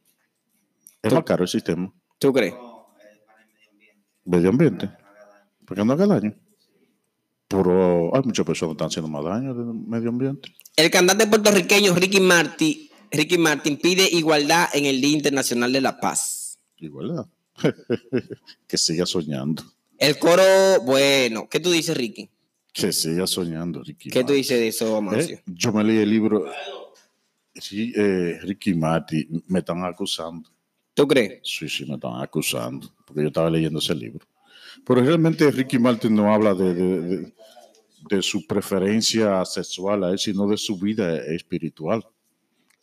Speaker 4: Es más caro el sistema.
Speaker 3: ¿Tú crees?
Speaker 4: medio ambiente, porque no haga daño. Pero hay muchas personas que están haciendo más daño del medio ambiente.
Speaker 3: El cantante puertorriqueño Ricky Martin, Ricky Martin pide igualdad en el Día Internacional de la Paz.
Speaker 4: Igualdad. que siga soñando.
Speaker 3: El coro, bueno, ¿qué tú dices, Ricky?
Speaker 4: Que siga soñando, Ricky.
Speaker 3: ¿Qué tú
Speaker 4: Martin.
Speaker 3: dices de eso, Amancio?
Speaker 4: Eh, Yo me leí el libro. Sí, eh, Ricky Mati, me están acusando.
Speaker 3: ¿Tú crees?
Speaker 4: Sí, sí, me están acusando. Porque yo estaba leyendo ese libro. Pero realmente Ricky Martin no habla de, de- de- de su preferencia sexual a él, sino de su vida espiritual.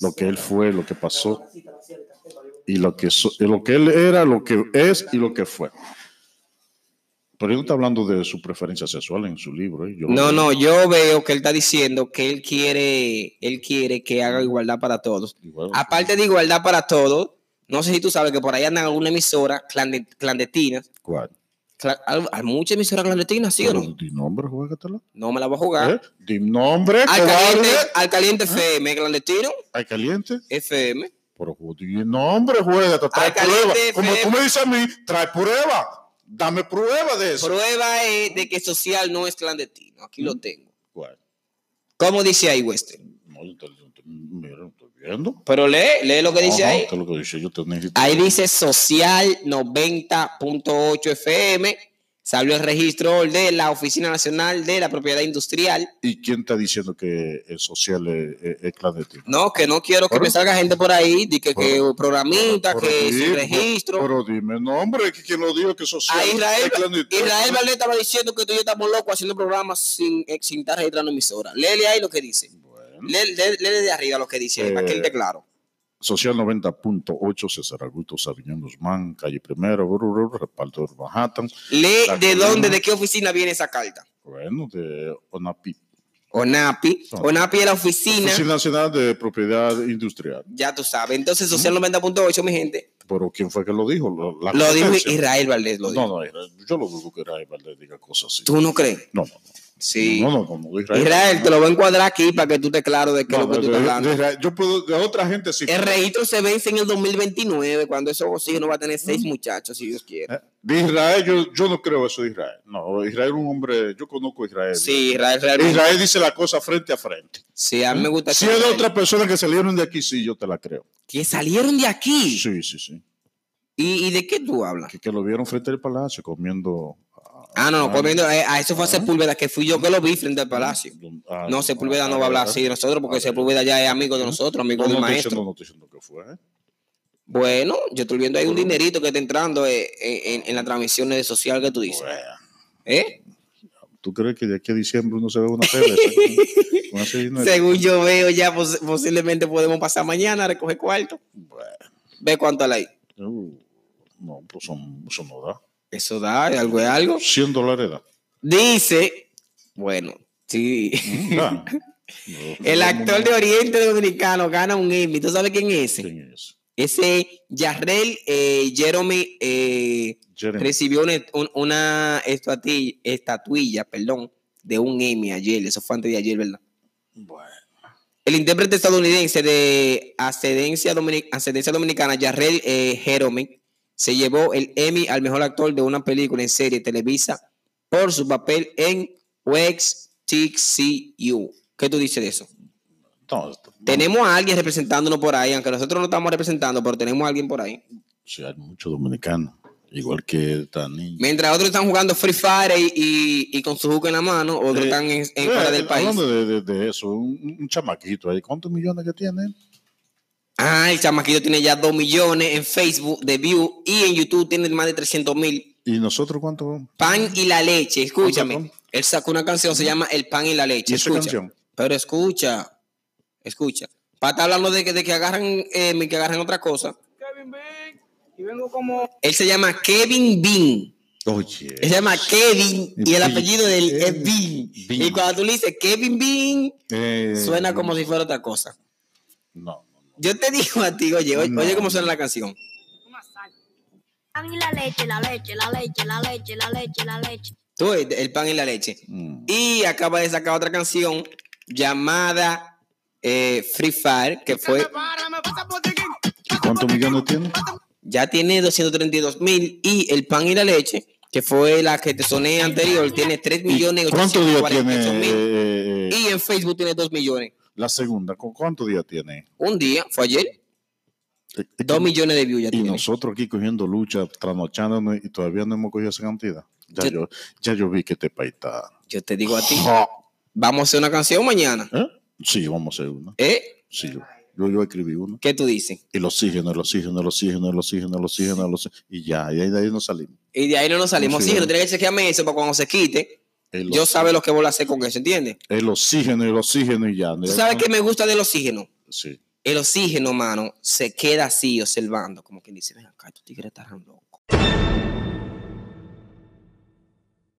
Speaker 4: Lo que él fue, lo que pasó. Y lo que, so- y lo que él era, lo que es y lo que fue. Pero él no está hablando de su preferencia sexual en su libro. ¿eh? Yo lo
Speaker 3: No,
Speaker 4: leí.
Speaker 3: no, yo veo que él está diciendo que él quiere, él quiere que haga igualdad para todos.
Speaker 4: Igual.
Speaker 3: Aparte de igualdad para todos, no sé si tú sabes que por ahí andan alguna emisora clande- clandestinas.
Speaker 4: ¿Cuál?
Speaker 3: Cla- al- Hay mucha emisora clandestina, ¿sí o
Speaker 4: Pero
Speaker 3: no?
Speaker 4: di nombre, juégatela.
Speaker 3: No me la voy a jugar.
Speaker 4: ¿Eh? Di nombre,
Speaker 3: Al
Speaker 4: cobarde.
Speaker 3: caliente, al
Speaker 4: ¿Eh?
Speaker 3: caliente FM, clandestino,
Speaker 4: Ay, caliente.
Speaker 3: FM.
Speaker 4: Pero di nombre, juégate, trae
Speaker 3: Ay, caliente,
Speaker 4: prueba. Como
Speaker 3: fe-
Speaker 4: tú me dices a mí, trae prueba. Dame prueba de eso. ¿Mm?
Speaker 3: Prueba eh, de que social no es clandestino. Aquí lo tengo.
Speaker 4: ¿Cuál?
Speaker 3: ¿Cómo dice ahí, Western?
Speaker 4: No, yo te- yo te- mira, no estoy viendo.
Speaker 3: Pero lee, lee lo que dice
Speaker 4: Ajá,
Speaker 3: ahí.
Speaker 4: esto es lo que dice, yo te necesito.
Speaker 3: Ahí dice social 90.8 FM. Salió el registro de la Oficina Nacional de la Propiedad Industrial.
Speaker 4: ¿Y quién está diciendo que el social es, es- es clandestino?
Speaker 3: No, que no quiero que
Speaker 4: Pero-
Speaker 3: me salga gente por ahí, di que, que programita,
Speaker 4: Pero
Speaker 3: que
Speaker 4: di-
Speaker 3: sin registro.
Speaker 4: Pero dime nombre, que quien lo dijo que social
Speaker 3: A Israel,
Speaker 4: es clandestino.
Speaker 3: Israel Valdés estaba diciendo que tú y yo estamos locos haciendo programas sin, eh, sin estar registrando emisora. Léele ahí lo que dice.
Speaker 4: Bueno,
Speaker 3: Lee, lee- lee desde arriba lo que dice
Speaker 4: Eh,
Speaker 3: aquel declaro.
Speaker 4: Social 90.8, César Augusto Sabiñón Guzmán, calle Primero, brr, brr, respaldo de Manhattan.
Speaker 3: Lee
Speaker 4: la
Speaker 3: de
Speaker 4: columna.
Speaker 3: dónde, de qué oficina viene esa carta.
Speaker 4: Bueno, de ONAPI.
Speaker 3: ONAPI.
Speaker 4: Ah.
Speaker 3: ONAPI es la oficina.
Speaker 4: Oficina Nacional de Propiedad Industrial.
Speaker 3: Ya tú sabes. Entonces, Social 90.8, mi gente,
Speaker 4: Pero ¿quién fue que lo dijo? Lo, la
Speaker 3: lo dijo
Speaker 4: competencia.
Speaker 3: Israel Valdés. Lo dijo.
Speaker 4: No, no, Israel. yo lo dudo que Israel Valdés diga cosas así.
Speaker 3: ¿Tú no crees?
Speaker 4: No, no,
Speaker 3: Sí.
Speaker 4: no, no, no, no, Israel.
Speaker 3: Israel, te lo voy a encuadrar aquí para que tú te claro de qué
Speaker 4: No,
Speaker 3: es lo que tú
Speaker 4: de-
Speaker 3: estás
Speaker 4: de-
Speaker 3: hablando.
Speaker 4: de Israel. Yo puedo, de otra gente sí.
Speaker 3: El registro se vence en el 2029, cuando esos no va a tener
Speaker 4: Mm.
Speaker 3: seis muchachos, si Dios quiere.
Speaker 4: Eh, De Israel, yo, yo no creo eso de Israel. No, Israel es un hombre, yo conozco a Israel.
Speaker 3: Sí, Israel, realmente-
Speaker 4: Israel dice la cosa frente a frente.
Speaker 3: Sí, a mí me gusta.
Speaker 4: Si
Speaker 3: que-
Speaker 4: es de otra persona que salieron de aquí, sí, yo te la creo.
Speaker 3: Que salieron de aquí.
Speaker 4: Sí, sí, sí.
Speaker 3: ¿Y, y de qué tú hablas?
Speaker 4: Que, que lo vieron frente al palacio comiendo. ah,
Speaker 3: Ah, no, no,
Speaker 4: ah,
Speaker 3: comiendo. eh, A eso fue a
Speaker 4: Ah.
Speaker 3: Sepúlveda, que fui yo que lo vi frente al palacio.
Speaker 4: ah,
Speaker 3: No, Sepúlveda
Speaker 4: ah,
Speaker 3: no va a hablar
Speaker 4: ah,
Speaker 3: así de nosotros, porque
Speaker 4: ah,
Speaker 3: Sepúlveda ya es amigo de
Speaker 4: Ah.
Speaker 3: nosotros,
Speaker 4: No,
Speaker 3: amigo
Speaker 4: no
Speaker 3: del
Speaker 4: estoy
Speaker 3: maestro.
Speaker 4: diciendo, no estoy diciendo que fue. ¿eh?
Speaker 3: Bueno, yo estoy viendo ahí un dinerito que está entrando eh, en, en- en las transmisiones de social que tú dices.
Speaker 4: Bueno,
Speaker 3: ¿Eh?
Speaker 4: ¿Tú crees que de aquí a diciembre uno se ve una tele? ¿sí? Con ese dinero.
Speaker 3: Según yo veo, ya pos- posiblemente podemos pasar mañana a recoger cuarto.
Speaker 4: Bueno,
Speaker 3: Ve cuánto hay.
Speaker 4: uh, no, pues son, eso no da.
Speaker 3: Eso da, algo es algo.
Speaker 4: 100 dólares da.
Speaker 3: Dice, bueno, sí.
Speaker 4: Mm, Da.
Speaker 3: El
Speaker 4: No,
Speaker 3: actor
Speaker 4: no,
Speaker 3: de Oriente Dominicano gana un Emmy. ¿Tú sabes quién es ese?
Speaker 4: ¿Quién es?
Speaker 3: Ese es Yarrel eh, Jeremy eh,
Speaker 4: Jeremy.
Speaker 3: recibió una, un- una estatuilla, estatuilla, perdón, de un Emmy ayer. Eso fue antes de ayer, ¿verdad?
Speaker 4: Bueno,
Speaker 3: El intérprete estadounidense de ascendencia, domini- ascendencia dominicana, Yarrell eh, Jerome, se llevó el Emmy al mejor actor de una película en serie Televisa por su papel en Wex TCU. ¿Qué tú dices de eso?
Speaker 4: no, esto-
Speaker 3: Tenemos a alguien representándonos por ahí, aunque nosotros no estamos representando, pero tenemos a alguien por ahí.
Speaker 4: sí, hay muchos dominicanos. Igual que esta niña.
Speaker 3: Mientras otros están jugando Free Fire y, y- y con su jugo en la mano, otros
Speaker 4: Eh,
Speaker 3: están en, en
Speaker 4: Eh,
Speaker 3: fuera del país.
Speaker 4: Hablando de, de- de eso, un, un chamaquito ahí, ¿cuántos millones que tiene?
Speaker 3: Ah, el chamaquito tiene ya 2 millones en Facebook de view y en YouTube tiene más de 300 mil.
Speaker 4: ¿Y nosotros cuánto?
Speaker 3: Pan y la leche, escúchame.
Speaker 4: Con
Speaker 3: Él sacó una canción, se llama El pan y la leche.
Speaker 4: ¿Y esa
Speaker 3: Escucha.
Speaker 4: canción?
Speaker 3: Pero escucha, escucha. Para estar hablando de que, de que agarran, eh, que agarran otra cosa.
Speaker 1: Kevin Big, y vengo como
Speaker 3: Él se llama Kevin Bean.
Speaker 4: Oye.
Speaker 3: Él se llama Kevin y el
Speaker 4: Bean.
Speaker 3: apellido de él es
Speaker 4: Eh,
Speaker 3: Bean.
Speaker 4: Bean.
Speaker 3: Y cuando tú le dices Kevin Bean,
Speaker 4: eh,
Speaker 3: suena como si fuera otra cosa.
Speaker 4: No.
Speaker 3: Yo te digo a ti, oye, oye,
Speaker 4: No.
Speaker 3: oye cómo suena la canción.
Speaker 5: A mí la leche, la leche, la leche, la leche, la leche, la leche.
Speaker 3: Tú, el el pan y la leche.
Speaker 4: Mm.
Speaker 3: Y acaba de sacar otra canción llamada eh, Free Fire, que fue...
Speaker 4: ¿Cuántos millones tiene?
Speaker 3: ya tiene 232 mil y el pan y la leche, que fue la que te soné anterior, tiene 3 millones
Speaker 4: ¿Y ¿Cuántos días tiene
Speaker 3: 848 mil.
Speaker 4: eh, eh, eh,
Speaker 3: Y en Facebook tiene 2 millones.
Speaker 4: la segunda? ¿Cu- ¿Cuántos días tiene?
Speaker 3: Un día, fue ayer,
Speaker 4: Eh,
Speaker 3: 2 millones de views ya
Speaker 4: Y
Speaker 3: tiene.
Speaker 4: nosotros aquí cogiendo lucha, trasnochándonos y todavía no hemos cogido esa cantidad. Ya
Speaker 3: Yo-
Speaker 4: yo, ya yo vi que este país está.
Speaker 3: Yo te digo a ti, vamos a hacer una canción mañana.
Speaker 4: ¿Eh? Sí, vamos a hacer una.
Speaker 3: ¿Eh?
Speaker 4: Sí, yo, yo, yo escribí una.
Speaker 3: ¿Qué tú dices?
Speaker 4: El oxígeno, el oxígeno, el oxígeno, el oxígeno, el oxígeno, el oxígeno. Y ya, y ahí- de ahí nos salimos.
Speaker 3: Y de ahí no nos salimos.
Speaker 4: Sí,
Speaker 3: Sí, no
Speaker 4: bueno.
Speaker 3: tienes que chequearme eso para cuando se quite.
Speaker 4: El
Speaker 3: Yo
Speaker 4: oxígeno.
Speaker 3: sabe lo que voy a hacer con eso, ¿entiendes?
Speaker 4: El oxígeno, el oxígeno y ya.
Speaker 3: ¿Tú sabes qué me gusta del oxígeno?
Speaker 4: Sí.
Speaker 3: El este oxígeno, mano, se queda así observando, como quien dice, ven acá, estos tigres estarán locos.